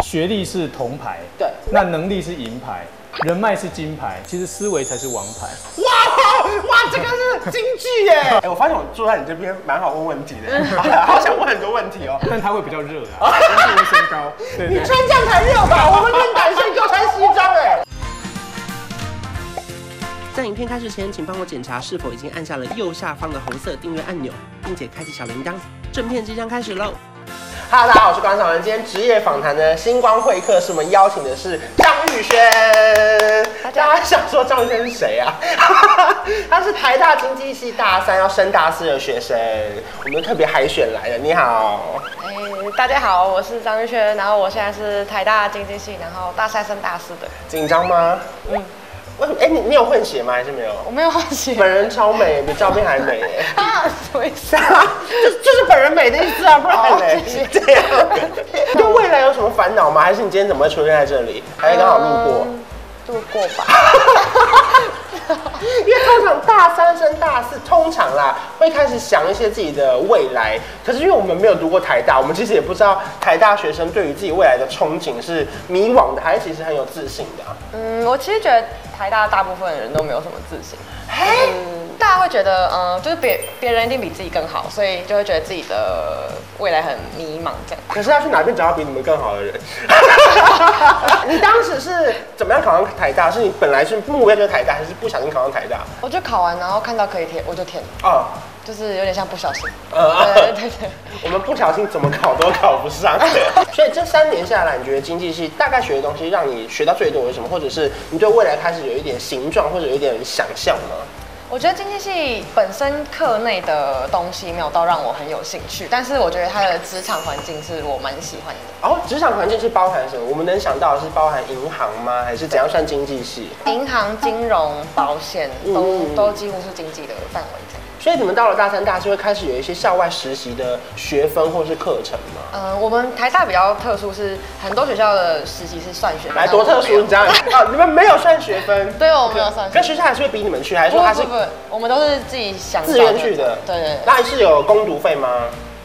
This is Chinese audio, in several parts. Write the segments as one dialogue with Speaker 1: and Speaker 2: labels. Speaker 1: 学历是铜牌，
Speaker 2: 对
Speaker 1: 那能力是银牌，人脉是金牌，其实思维才是王 牌。
Speaker 2: 哇哇，这个是京剧耶！
Speaker 3: 哎、我发现我坐在你这边蛮好问问题
Speaker 2: 嗯
Speaker 3: 的，好想问很多问题哦。
Speaker 1: 但它会比较热啊，
Speaker 3: 温度升高，
Speaker 1: 对
Speaker 2: 你
Speaker 1: 对。
Speaker 2: 穿这样才热吧？我们练短袖就穿西装哎。
Speaker 4: 在影片开始前，请帮我检查是否已经按下了右下方的红色订阅按钮，并且开启小铃铛。正片即将开始喽！
Speaker 2: Hello，大家好，我是关少文。今天职业访谈的星光会客室，我们邀请的是张宇轩。大家想说张宇轩是谁啊？ 他是台大经济系大三要升大四的学生，我们特别海选来的。你好。
Speaker 5: 哎，大家好，我是张玉轩，然后我现在是台大经济系，然后大三升大四的，
Speaker 2: 紧张吗？嗯。为什么？哎、你你有混血吗？还是没有？
Speaker 5: 我没有好 奇！
Speaker 2: 本人超美，比照片还美耶
Speaker 5: 啊，什么意 思？
Speaker 2: 就是就是本人美的意思啊，不然嘞
Speaker 5: 哦谢谢
Speaker 2: 这 样。啊对未来有什么烦恼吗？还是你今天怎么会出现在这里？还是刚好路过？
Speaker 5: 嗯路过吧。
Speaker 2: 因为通常大三升大四，通常啦会开始想一些自己的未来。可是因为我们没有读过台大，我们其实也不知道台大学生对于自己未来的憧憬是迷惘的，还是其实很有自信的啊、
Speaker 5: 嗯，我其实觉得台大大部分人都没有什么自信，嗯，大家会觉得，嗯、就是别别人一定比自己更好，所以就会觉得自己的未来很迷茫这样。
Speaker 2: 可是要去哪边找到比你们更好 的人？你当时是怎么样考上台大？是你本来是目标就是台大，还是不小心考上台大？
Speaker 5: 我就考完，然后看到可以填，我就填了，
Speaker 2: 哦，
Speaker 5: 就是有点像不小心。
Speaker 2: 呃
Speaker 5: 对对对。
Speaker 2: 我们不小心怎么考都考不 上。所以这三年下来，你觉得经济系大概学的东西让你学到最多是什么？或者是你对未来开始有一点形状或者有一点想象吗？
Speaker 5: 我觉得经济系本身课内的东西没有到让我很有兴趣，但是我觉得它的职场环境是我蛮喜欢的。
Speaker 2: 哦，职场环境是包含什么？我们能想到的是包含银行吗？还是怎样算经济系？
Speaker 5: 银行、金融、保险都、
Speaker 2: 嗯
Speaker 5: 都几乎是经济的范围这样。
Speaker 2: 所以你们到了大三、大四会开始有一些校外实习的学分或是课程吗？
Speaker 5: 嗯、我们台大比较特殊是，很多学校的实习是算学分，
Speaker 2: 来多特殊，你知
Speaker 5: 道？
Speaker 2: 道？ 啊，你们没有算学分，
Speaker 5: 对，我们没有算
Speaker 2: 跟
Speaker 5: 学分。
Speaker 2: 学校还是会逼你们去，还是
Speaker 5: 不
Speaker 2: 说他是
Speaker 5: 不不，我们都是自己想
Speaker 2: 自愿去的？
Speaker 5: 对对对，
Speaker 2: 那是有攻读费吗？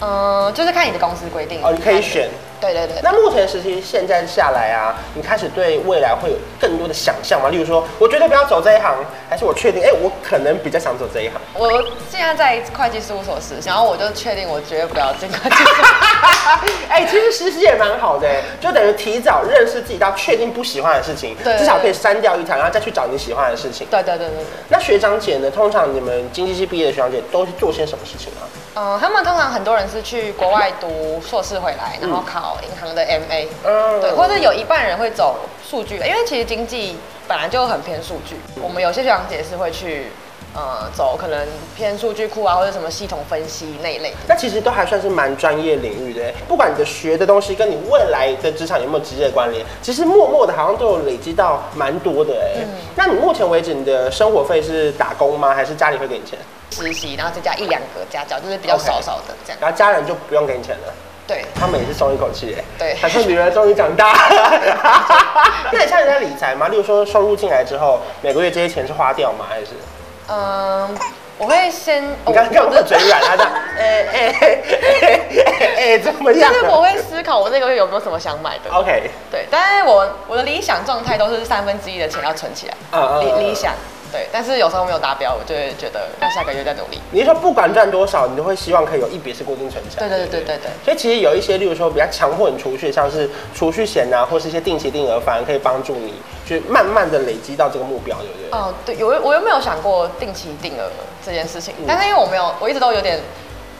Speaker 5: 嗯、就是看你的公司规定。
Speaker 2: 哦，你可以选。
Speaker 5: 对对对。
Speaker 2: 那目前实习现在下来啊，你开始对未来会有更多的想象吗？例如说，我绝对不要走这一行，还是我确定，哎、我可能比较想走这一行。
Speaker 5: 我现在在会计事务所实习，然后我就确定我绝对不要进会计事务所。
Speaker 2: 哎、其实实习也蛮好的、欸就等于提早认识自己到确定不喜欢的事情，
Speaker 5: 对
Speaker 2: 至少可以删掉一条，然后再去找你喜欢的事情。
Speaker 5: 对对对对对。
Speaker 2: 那学长姐呢？通常你们经济系毕业的学长姐都是做些什么事情啊？
Speaker 5: 嗯、他们通常很多人是去国外读硕士回来，然后考银行的 MA，、
Speaker 2: 嗯
Speaker 5: 对，或者有一半人会走数据的，因为其实经济本来就很偏数据。我们有些学长姐是会去，呃，走可能偏数据库啊，或者什么系统分析那一类的。
Speaker 2: 那其实都还算是蛮专业领域的欸，不管你的学的东西跟你未来的职场有没有直接的关联，其实默默的好像都有累积到蛮多的哎。
Speaker 5: 嗯
Speaker 2: 那你目前为止你的生活费是打工吗？还是家里会给你钱？
Speaker 5: 实习，然后再加一两个家教，就是比较
Speaker 2: OK
Speaker 5: 少少的这样。
Speaker 2: 然后家人就不用给你钱了，
Speaker 5: 对，
Speaker 2: 他们也是松一口气哎。
Speaker 5: 对
Speaker 2: 还是女儿终于长大。 那你像你在理财吗？例如说收入进来之后，每个月这些钱是花掉吗？还是
Speaker 5: 嗯、我会先，
Speaker 2: 你刚刚
Speaker 5: 我
Speaker 2: 我的嘴软，他这 样， 哎哎哎哎哎哎，这么样
Speaker 5: 就是我会思考我那个月有没有什么想买的。
Speaker 2: ？OK，
Speaker 5: 对，但是我我的理想状态都是三分之一的钱要存起来，
Speaker 2: 嗯嗯嗯嗯
Speaker 5: 理理想。对，但是有时候没有达标，我就会觉得那下个月再努力。
Speaker 2: 你是说不管赚多少，你都会希望可以有一笔是固定存起来？
Speaker 5: 对对对对对对。
Speaker 2: 所以其实有一些，例如说比较强迫你储蓄，像是储蓄险啊，或是一些定期定额，反而可以帮助你去慢慢的累积到这个目标，对不对？
Speaker 5: 哦，对，有我又没有想过定期定额这件事情，
Speaker 2: 嗯
Speaker 5: 但是因为我没有，我一直都有点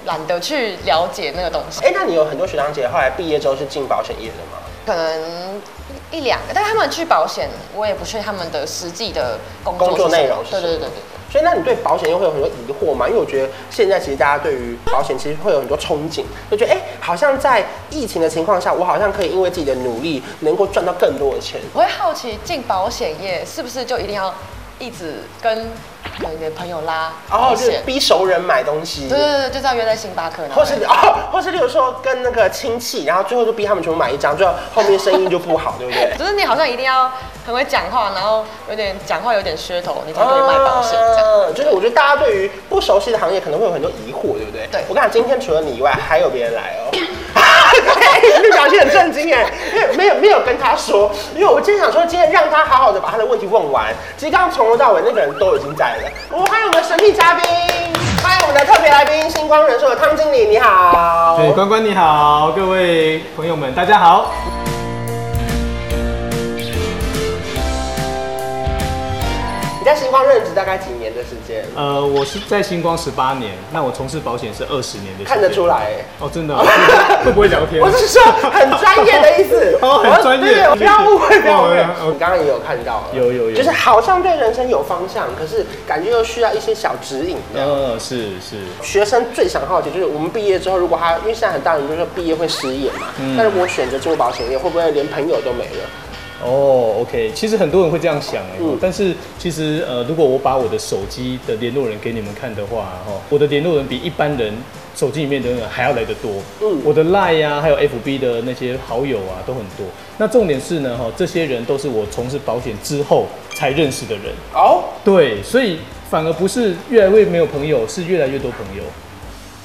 Speaker 5: 懒得去了解那个东西，
Speaker 2: 哎、那你有很多学长姐后来毕业之后是进保险业的吗？
Speaker 5: 可能一一两个，但是他们去保险，我也不确定他们的实际的工作
Speaker 2: 工作
Speaker 5: 是什么
Speaker 2: 内容是
Speaker 5: 对对
Speaker 2: 什
Speaker 5: 对
Speaker 2: 么
Speaker 5: 对对。
Speaker 2: 所以那你对保险业会有很多疑惑吗？因为我觉得现在其实大家对于保险其实会有很多憧憬，就觉得哎、好像在疫情的情况下，我好像可以因为自己的努力能够赚到更多的钱。
Speaker 5: 我会好奇进保险业是不是就一定要一直跟可能你的朋友拉
Speaker 2: 哦，
Speaker 5: 保
Speaker 2: 就是
Speaker 5: 险？
Speaker 2: 逼熟人买东西。
Speaker 5: 对对对，就是要约在星巴克，然后
Speaker 2: 或是哦，或是例如说跟那个亲戚，然后最后就逼他们全部买一张，最后后面生意就不好，对不对？
Speaker 5: 就是你好像一定要很会讲话，然后有点讲话有点噱头，你才可以买保险这样。
Speaker 2: 嗯就是我觉得大家对于不熟悉的行业可能会有很多疑惑，对不对？
Speaker 5: 对
Speaker 2: 我跟你讲，今天除了你以外，还有别人来哦。绿表现很震惊哎，因为没有没有跟他说，因为我今天想说今天让他好好的把他的问题问完，其实刚刚从头到尾那个人都已经在了。我们欢迎我们的神秘嘉宾，欢迎我们的特别来宾星光人寿的汤经理，你好。
Speaker 1: 对，关关你好，各位朋友们，大家好。
Speaker 2: 你在星光任职大概几年的时间？
Speaker 1: 呃，我是在星光十八年，那我从事保险是二十年的，
Speaker 2: 看得出。来哎。
Speaker 1: 哦，真的啊、 会会不会聊天？，
Speaker 2: 我是说很专业的意 思
Speaker 1: 哦很专业
Speaker 2: 我对，对不要误会，不要误会
Speaker 1: 哦哦哦。
Speaker 2: 你刚刚也有看到，
Speaker 1: 有有有
Speaker 2: 就是好像对人生有方向，可是感觉又需要一些小指引这样。
Speaker 1: 呃，是是，
Speaker 2: 学生最想好奇就是，我们毕业之后，如果他因为现在很大人就是毕业会失业嘛，
Speaker 1: 嗯
Speaker 2: 那如果选择做保险业，会不会连朋友都没了？
Speaker 1: 哦，OK，其实很多人会这样想哎、
Speaker 2: 嗯
Speaker 1: 但是其实呃，如果我把我的手机的联络人给你们看的话，哦，我的联络人比一般人手机里面的人还要来得多，
Speaker 2: 嗯
Speaker 1: 我的 Line 呀、还有 FB 的那些好友啊都很多。那重点是呢，哈、这些人都是我从事保险之后才认识的人，
Speaker 2: 哦，
Speaker 1: 对，所以反而不是越来越没有朋友，是越来越多朋友。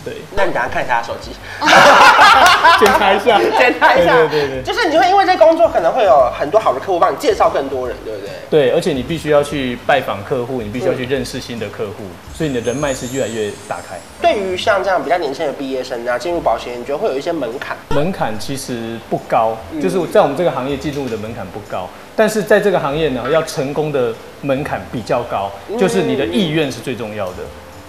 Speaker 1: 对，
Speaker 2: 那你等下看一下他手机，
Speaker 1: 检查一下，
Speaker 2: 检查一下，
Speaker 1: 对对对对。
Speaker 2: 就是你会因为这工作可能会有很多好的客户帮你介绍更多人，对不对？
Speaker 1: 对，而且你必须要去拜访客户，你必须要去认识新的客户，所以你的人脉是越来越打开。
Speaker 2: 对于像这样比较年轻的毕业生啊，进入保险，你觉得会有一些门槛？
Speaker 1: 门槛其实不高，就是在我们这个行业进入的门槛不高，但是在这个行业呢，要成功的门槛比较高，就是你的意愿是最重要的。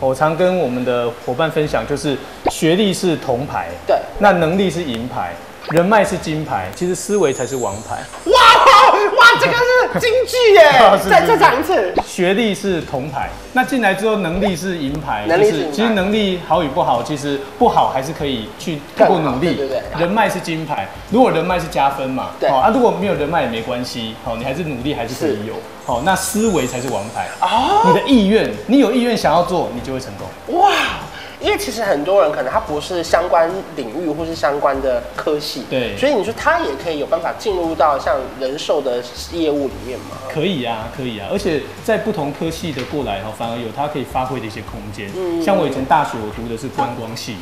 Speaker 1: 我常跟我们的伙伴分享，就是学历是铜牌，
Speaker 2: 对，
Speaker 1: 那能力是银牌，人脉是金牌，其实思维才是王牌。！
Speaker 2: 哇哇，这个是京 剧耶
Speaker 3: 哦
Speaker 1: 是
Speaker 2: 再
Speaker 1: 是
Speaker 2: 再讲一次，
Speaker 1: 学历是铜牌，那进来之后能力是银牌，
Speaker 2: 能力是银牌
Speaker 1: 其实能力好与不好，其实不好还是可以去通过努力。
Speaker 2: 更好对对对
Speaker 1: 人脉是金牌，如果人脉是加分嘛，
Speaker 2: 对
Speaker 1: 好啊，如果没有人脉也没关系，好，你还是努力还是可以
Speaker 2: 是
Speaker 1: 有，好，那思维才是王牌
Speaker 2: 哦
Speaker 1: 你的意愿，你有意愿想要做，你就会成功。
Speaker 2: 哇！因为其实很多人可能他不是相关领域或是相关的科系，
Speaker 1: 对
Speaker 2: 所以你说他也可以有办法进入到像人寿的业务里面嘛？
Speaker 1: 可以啊，可以啊，而且在不同科系的过来哈，反而有它可以发挥的一些空间。像我以前大学我读的是观光系，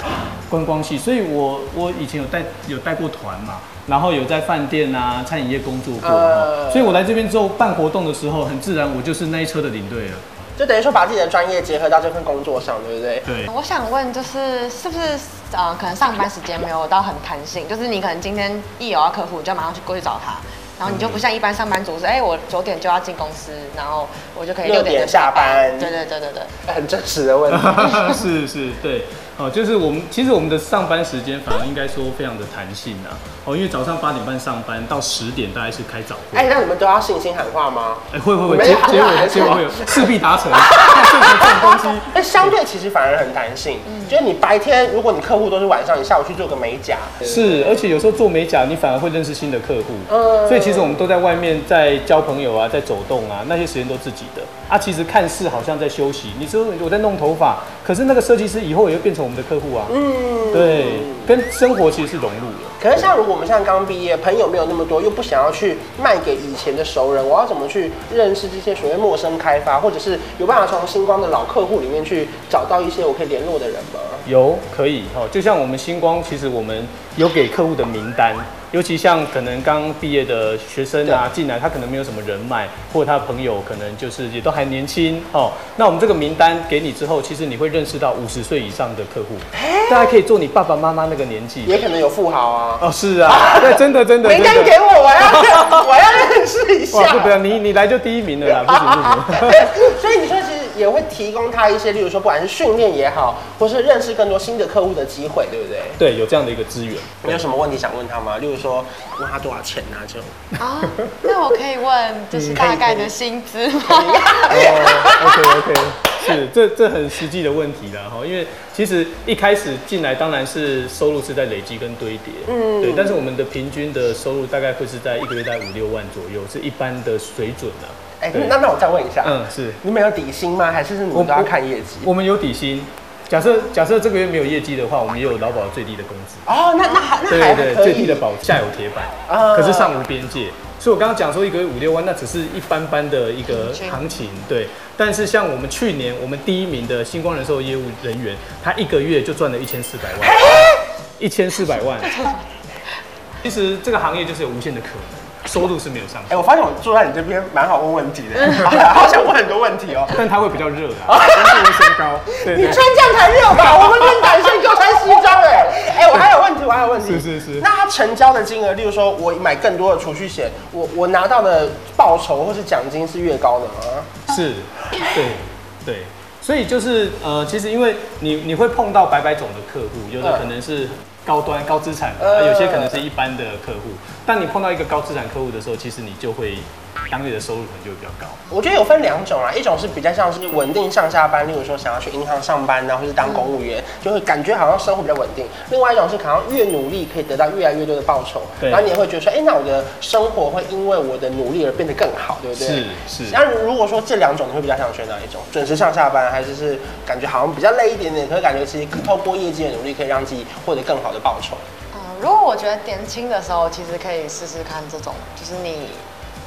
Speaker 1: 观光系，所以我我以前有带有带过团嘛，然后有在饭店啊、餐饮业工作过哈，
Speaker 2: 呃
Speaker 1: 所以我来这边之后办活动的时候，很自然我就是那一车的领队了。
Speaker 2: 就等于说把自己的专业结合到这份工作上，对不对？
Speaker 1: 对，
Speaker 5: 我想问，就是是不是呃，可能上班时间没有到很弹性，就是你可能今天一有到客户，你就马上去过去找他，然后你就不像一般上班族是，哎、我九点就要进公司，然后我就可以
Speaker 2: 六
Speaker 5: 六
Speaker 2: 点
Speaker 5: 点就
Speaker 2: 下班
Speaker 5: 对对对对 对，
Speaker 2: 很真实的问
Speaker 4: 嗯
Speaker 2: 题。
Speaker 1: 是是，对，哦，就是我们其实我们的上班时间反而应该说非常的弹性啊，哦，因为早上八点半上班到十点大概是开早会。
Speaker 2: 哎，那你们都要信心喊话吗？
Speaker 1: 哎、会会会，
Speaker 2: 没
Speaker 1: 结
Speaker 2: 有
Speaker 1: 结果
Speaker 2: 还是
Speaker 1: 结果会有势必达成， 那这个这种
Speaker 4: 嗯
Speaker 1: 东西。
Speaker 2: 哎，相对其实反而很弹性，就是你白天如果你客户都是晚上，你下午去做个美甲，
Speaker 1: 是，而且有时候做美甲，你反而会认识新的客户，
Speaker 2: 嗯
Speaker 1: 所以其实我们都在外面在交朋友啊，在走动啊，那些时间都自己的啊。其实看似好像在休息，你说我在弄头发，可是那个设计师以后也会变成我们的客户啊。
Speaker 2: 嗯，
Speaker 1: 对，跟生活其实是融入的。
Speaker 2: 可是像如果我们现在刚毕业，朋友没有那么多，又不想要去卖给以前的熟人，我要怎么去认识这些所谓陌生开发，或者是有办法从星光的老客户里面去找到一些我可以联络的人吗？
Speaker 1: 有可以哦，就像我们星光，其实我们有给客户的名单，尤其像可能刚毕业的学生啊进来，他可能没有什么人脉，或者他朋友可能就是也都还年轻哦。那我们这个名单给你之后，其实你会认识到五十岁以上的客户，大家可以做你爸爸妈妈那个年纪
Speaker 2: 也可能有富豪啊，
Speaker 1: 哦，是啊，对，真的真的，
Speaker 2: 名
Speaker 1: 真
Speaker 2: 单
Speaker 1: 的
Speaker 2: 给我，我啊要我要认识一
Speaker 1: 哇，
Speaker 2: 下
Speaker 1: 不。得了，你你来就第一名了啦，不行不行。
Speaker 2: 所以你说，其实也会提供他一些，例如说，不管是训练也好，或是认识更多新的客户的机会，对不对？
Speaker 1: 对，有这样的一个资源。
Speaker 2: 你有什么问题想问他吗？例如说，问他多少钱啊？这种。
Speaker 5: 啊，那我嗯可以问就是大概的薪资 吗？
Speaker 1: 哦，OK OK，是这这很实际的问题啦哈，因为其实一开始进来当然是收入是在累积跟堆叠，嗯，对，但是我们的平均的收入大概会是在一个月在五六万左右，是一般的水准啦。
Speaker 2: 哎、
Speaker 1: 对
Speaker 2: 那那我再问一下，
Speaker 1: 嗯，是
Speaker 2: 你们有底薪吗？还是是你们都要看业绩？
Speaker 1: 我们有底薪，假设假设这个月没有业绩的话，我们也有劳保最低的工资。
Speaker 2: 哦，那那还那
Speaker 1: 对
Speaker 2: 还可以
Speaker 1: 对，最低的保下有铁板，
Speaker 2: 啊
Speaker 1: 可是上无边界。所以我刚刚讲说一个月五六万，那只是一般般的一个
Speaker 5: 平均
Speaker 1: 行情，对。但是像我们去年我们第一名的星光人寿业务人员，他一个月就赚了一千四百万，一千四百万。其实这个行业就是有无限的可能，收入是没有上
Speaker 3: 哎、
Speaker 1: 限，
Speaker 3: 我发现我坐在你这边蛮好问问题的， 好想问很多问题哦。
Speaker 1: 但它会比较热啊啦，跟自己身高，对
Speaker 2: 你
Speaker 1: 对
Speaker 2: 穿。这样才热吧？我们论短袖，你给我穿西装哎、
Speaker 3: 哎、我还有问题，我还有问题。
Speaker 1: 是是是
Speaker 3: 那他成交的金额，例如说我买更多的储蓄险，我我拿到的报酬或是奖金是越高的吗？
Speaker 1: 是，对，对，所以就是呃，其实因为你你会碰到百百种的客户，有的
Speaker 3: 嗯
Speaker 1: 可能是高端高资产，啊
Speaker 3: 嗯
Speaker 1: 有些可能是一般的客户。当你碰到一个高资产客户的时候，其实你就会当月的收入可能就会比较高。
Speaker 3: 我觉得有分两种啊啦，一种是比较像是稳定上下班，例如说想要去银行上班啊，或是当公务
Speaker 2: 嗯
Speaker 3: 员，就会感觉好像生活比较稳定；另外一种是好像越努力可以得到越来越多的报酬，
Speaker 1: 对
Speaker 3: 然后你也会觉得说，哎、那我的生活会因为我的努力而变得更好，对不对？
Speaker 1: 是是
Speaker 3: 那如果说这两种，你会比较想选哪一种？准时上下班，还是是感觉好像比较累一点点，可是感觉其实透过业绩的努力，可以让自己获得更好的报酬？
Speaker 5: 嗯，如果我觉得年轻的时候，其实可以试试看这种，就是你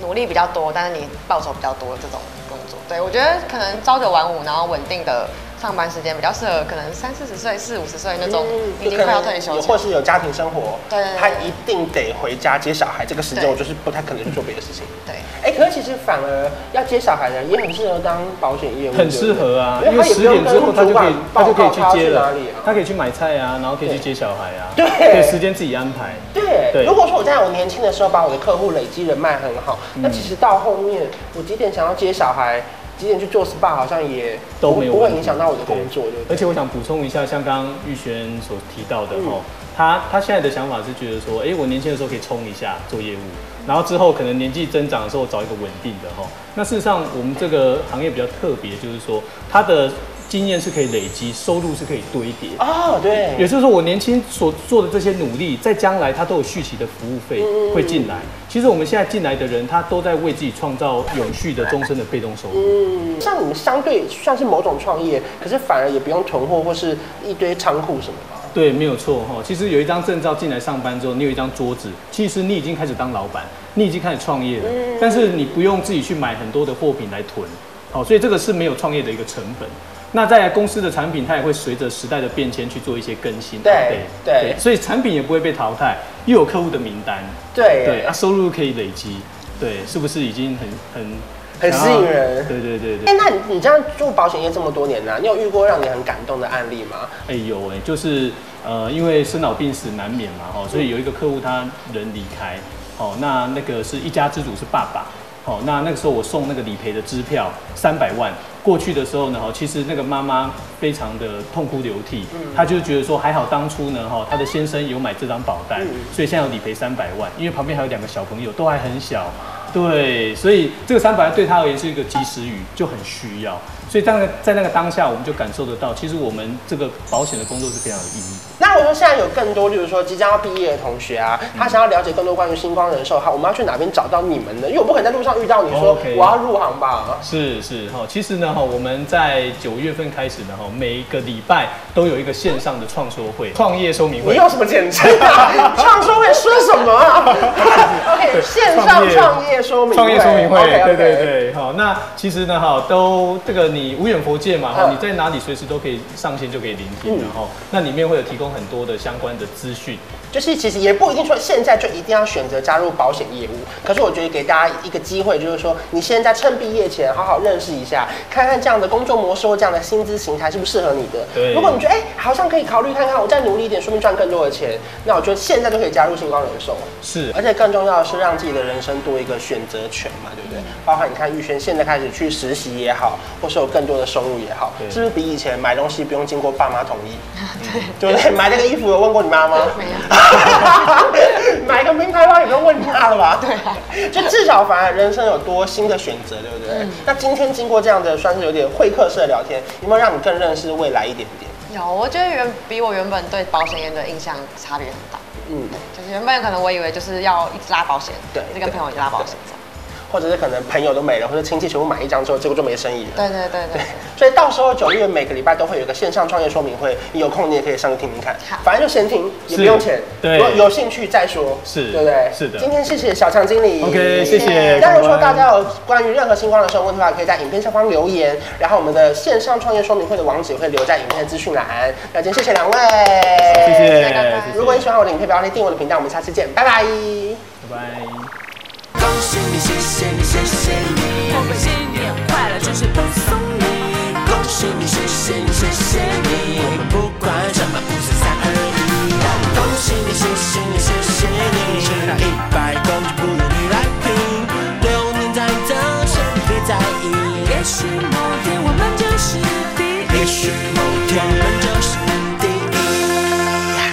Speaker 5: 努力比较多，但是你报酬比较多的这种工作。对我觉得可能朝九晚五，然后稳定的上班时间比较适合，可能三四十岁、四五十岁那种
Speaker 3: 嗯
Speaker 5: 已经快要退休
Speaker 3: 有
Speaker 5: 前，
Speaker 3: 或是有家庭生活，
Speaker 5: 对对对
Speaker 3: 他一定得回家接小孩，这个时间
Speaker 5: 对
Speaker 3: 我就是不太可能去做别的事情。
Speaker 5: 对。
Speaker 3: 哎、可是其实反而要接小孩的人也很适合当保险业务，
Speaker 1: 很适合啊，
Speaker 3: 对
Speaker 1: 因
Speaker 3: 不
Speaker 1: 为
Speaker 3: 对
Speaker 1: 十点之后他就可以，他就可以去接了
Speaker 3: 因为，
Speaker 1: 他
Speaker 3: 他
Speaker 1: 可
Speaker 3: 也
Speaker 1: 以去买菜啊，然后可以去接小孩啊，
Speaker 3: 对
Speaker 1: 可以时间自己安排。
Speaker 3: 不
Speaker 1: 对
Speaker 3: 用跟主管报告他要去哪里啊。对，如果说我在我年轻的时候把我的客户累积人脉很好，
Speaker 1: 嗯
Speaker 3: 那其实到后面我几点想要接小孩，几点去做 SPA 好像也
Speaker 1: 都
Speaker 3: 不
Speaker 1: 没有
Speaker 3: 不会
Speaker 1: 问题
Speaker 3: 影响到我的工作，对
Speaker 1: 而
Speaker 3: 不对？
Speaker 1: 且我想补充一下，像刚刚玉轩所提到的哦，他他现在的想法是觉得说，哎、我年轻的时候可以冲一下做业务，然后之后可能年纪增长的时候找一个稳定的哦。那事实上，我们这个行业比较特别，就是说他的经验是可以累积，收入是可以堆叠。
Speaker 3: 哦，对，
Speaker 1: 也就是说，我年轻所做的这些努力，在将来他都有续期的服务费会进来。其实我们现在进来的人，他都在为自己创造永续的终身的被动收入。
Speaker 3: 嗯，像你们相对算是某种创业，可是反而也不用囤货或是一堆仓库什么的。
Speaker 1: 对，没有错哈。其实有一张证照进来上班之后，你有一张桌子，其实你已经开始当老板，你已经开始创业了，
Speaker 3: 嗯
Speaker 1: 但是你不用自己去买很多的货品来囤，好，所以这个是没有创业的一个成本。那再来，公司的产品它也会随着时代的变迁去做一些更新，
Speaker 3: 对
Speaker 1: update，
Speaker 3: 对
Speaker 1: 所以产品也不会被淘汰，又有客户的名单，
Speaker 3: 对
Speaker 1: 对，啊，收入可以累积，对，是不是已经很很
Speaker 3: 很吸引人
Speaker 1: 对对对对
Speaker 3: 哎、。那你你这样做保险业这么多年呢、你有遇过让你很感动的案例吗？
Speaker 1: 哎有哎，就是呃，因为生老病死难免嘛，哦，所以有一个客户他人离开，哦，那那个是一家之主是爸爸，哦，那那个时候我送那个理赔的支票三百万过去的时候呢，哦，其实那个妈妈非常的痛哭流涕，她就觉得说还好当初呢，哈、哦，她的先生有买这张保单，所以现在有理赔三百万，因为旁边还有两个小朋友都还很小。对，所以这个三百万对他而言是一个及时雨，就很需要。所以当然在那个当下，我们就感受得到，其实我们这个保险的工作是非常有意义的。
Speaker 3: 那我说现在有更多，例如说即将要毕业的同学啊，他想要了解更多关于星光人寿，好，我们要去哪边找到你们呢？因为我不可能在路上遇到你说
Speaker 1: 哦 OK
Speaker 3: 我要入行吧。
Speaker 1: 是是哈，其实呢哈，我们在九月份开始呢哈，每一个礼拜都有一个线上的创说会、创业说明
Speaker 3: 你
Speaker 1: 会。
Speaker 3: 有什么简称 啊？创说会说什么啊？OK，线上创业说明会
Speaker 1: 创业说明会对
Speaker 3: OK，OK
Speaker 1: 对对，好，那其实呢，哈，都这个你无远佛界嘛，哈、
Speaker 3: 嗯
Speaker 1: 你在哪里随时都可以上线就可以聆听，然后、那里面会有提供很多的相关的资讯，
Speaker 3: 就是其实也不一定说现在就一定要选择加入保险业务，可是我觉得给大家一个机会，就是说你现在趁毕业前好好认识一下，看看这样的工作模式或这样的薪资形态是不是适合你的。
Speaker 1: 对
Speaker 3: 如果你觉得哎、好像可以考虑看看，我再努力一点，说不定赚更多的钱，那我觉得现在就可以加入星光人寿。
Speaker 1: 是
Speaker 3: 而且更重要的是，让自己的人生多一个选择权嘛，对不对？包含你看玉轩现在开始去实习也好，或是有更多的收入也好
Speaker 1: 对，
Speaker 3: 是不是比以前买东西不用经过爸妈同意？啊嗯对，对不对？买那个衣服有问过你妈 吗？
Speaker 5: 没有。
Speaker 3: 买个名牌包也不用问他了吧？对，啊就至少反而人生有多新的选择，对不对？那今天经过这样的算是有点会客式的聊天，有没有让你更认识未来一点点？
Speaker 5: 有，我觉得原比我原本对保险业的印象差别很大。
Speaker 3: 嗯，
Speaker 5: 就是原本可能我以为就是要一直拉保险，
Speaker 3: 对
Speaker 5: 一直跟朋友一直拉保险这样。
Speaker 3: 或者是可能朋友都没了，或者亲戚全部买一张之后，结果就没生意了。
Speaker 5: 对对对对，
Speaker 3: 所以到时候九月每个礼拜都会有一个线上创业说明会，你有空你也可以上去听听看
Speaker 5: 好，
Speaker 3: 反正就先听，也
Speaker 1: 是
Speaker 3: 不用钱，
Speaker 1: 对
Speaker 3: 如果有兴趣再说，
Speaker 1: 是
Speaker 3: 对不对？
Speaker 1: 是的
Speaker 3: 今天谢谢小强经理
Speaker 1: OK，谢谢。
Speaker 3: 但如果说
Speaker 1: 关关
Speaker 3: 大家有关于任何星光的时候问题的话，可以在影片下方留言，然后我们的线上创业说明会的网址也会留在影片的资讯栏。那今天谢谢两位，
Speaker 1: 谢谢，
Speaker 5: 拜拜
Speaker 1: 谢谢
Speaker 3: 如果你喜欢我的影片，不要忘记订阅我的频道，我们下次见，拜拜。
Speaker 1: 拜拜。
Speaker 6: 恭喜你，谢谢你，谢谢你，我们新年快乐，就是恭送你。恭喜你，谢谢你，谢谢你，我们不管什么，不是三二一。恭喜你，谢谢你，谢谢你，吃到一百公斤不用你来拼，流年在走，先别在意。也许某天我们就是第一，也许某天我们就是。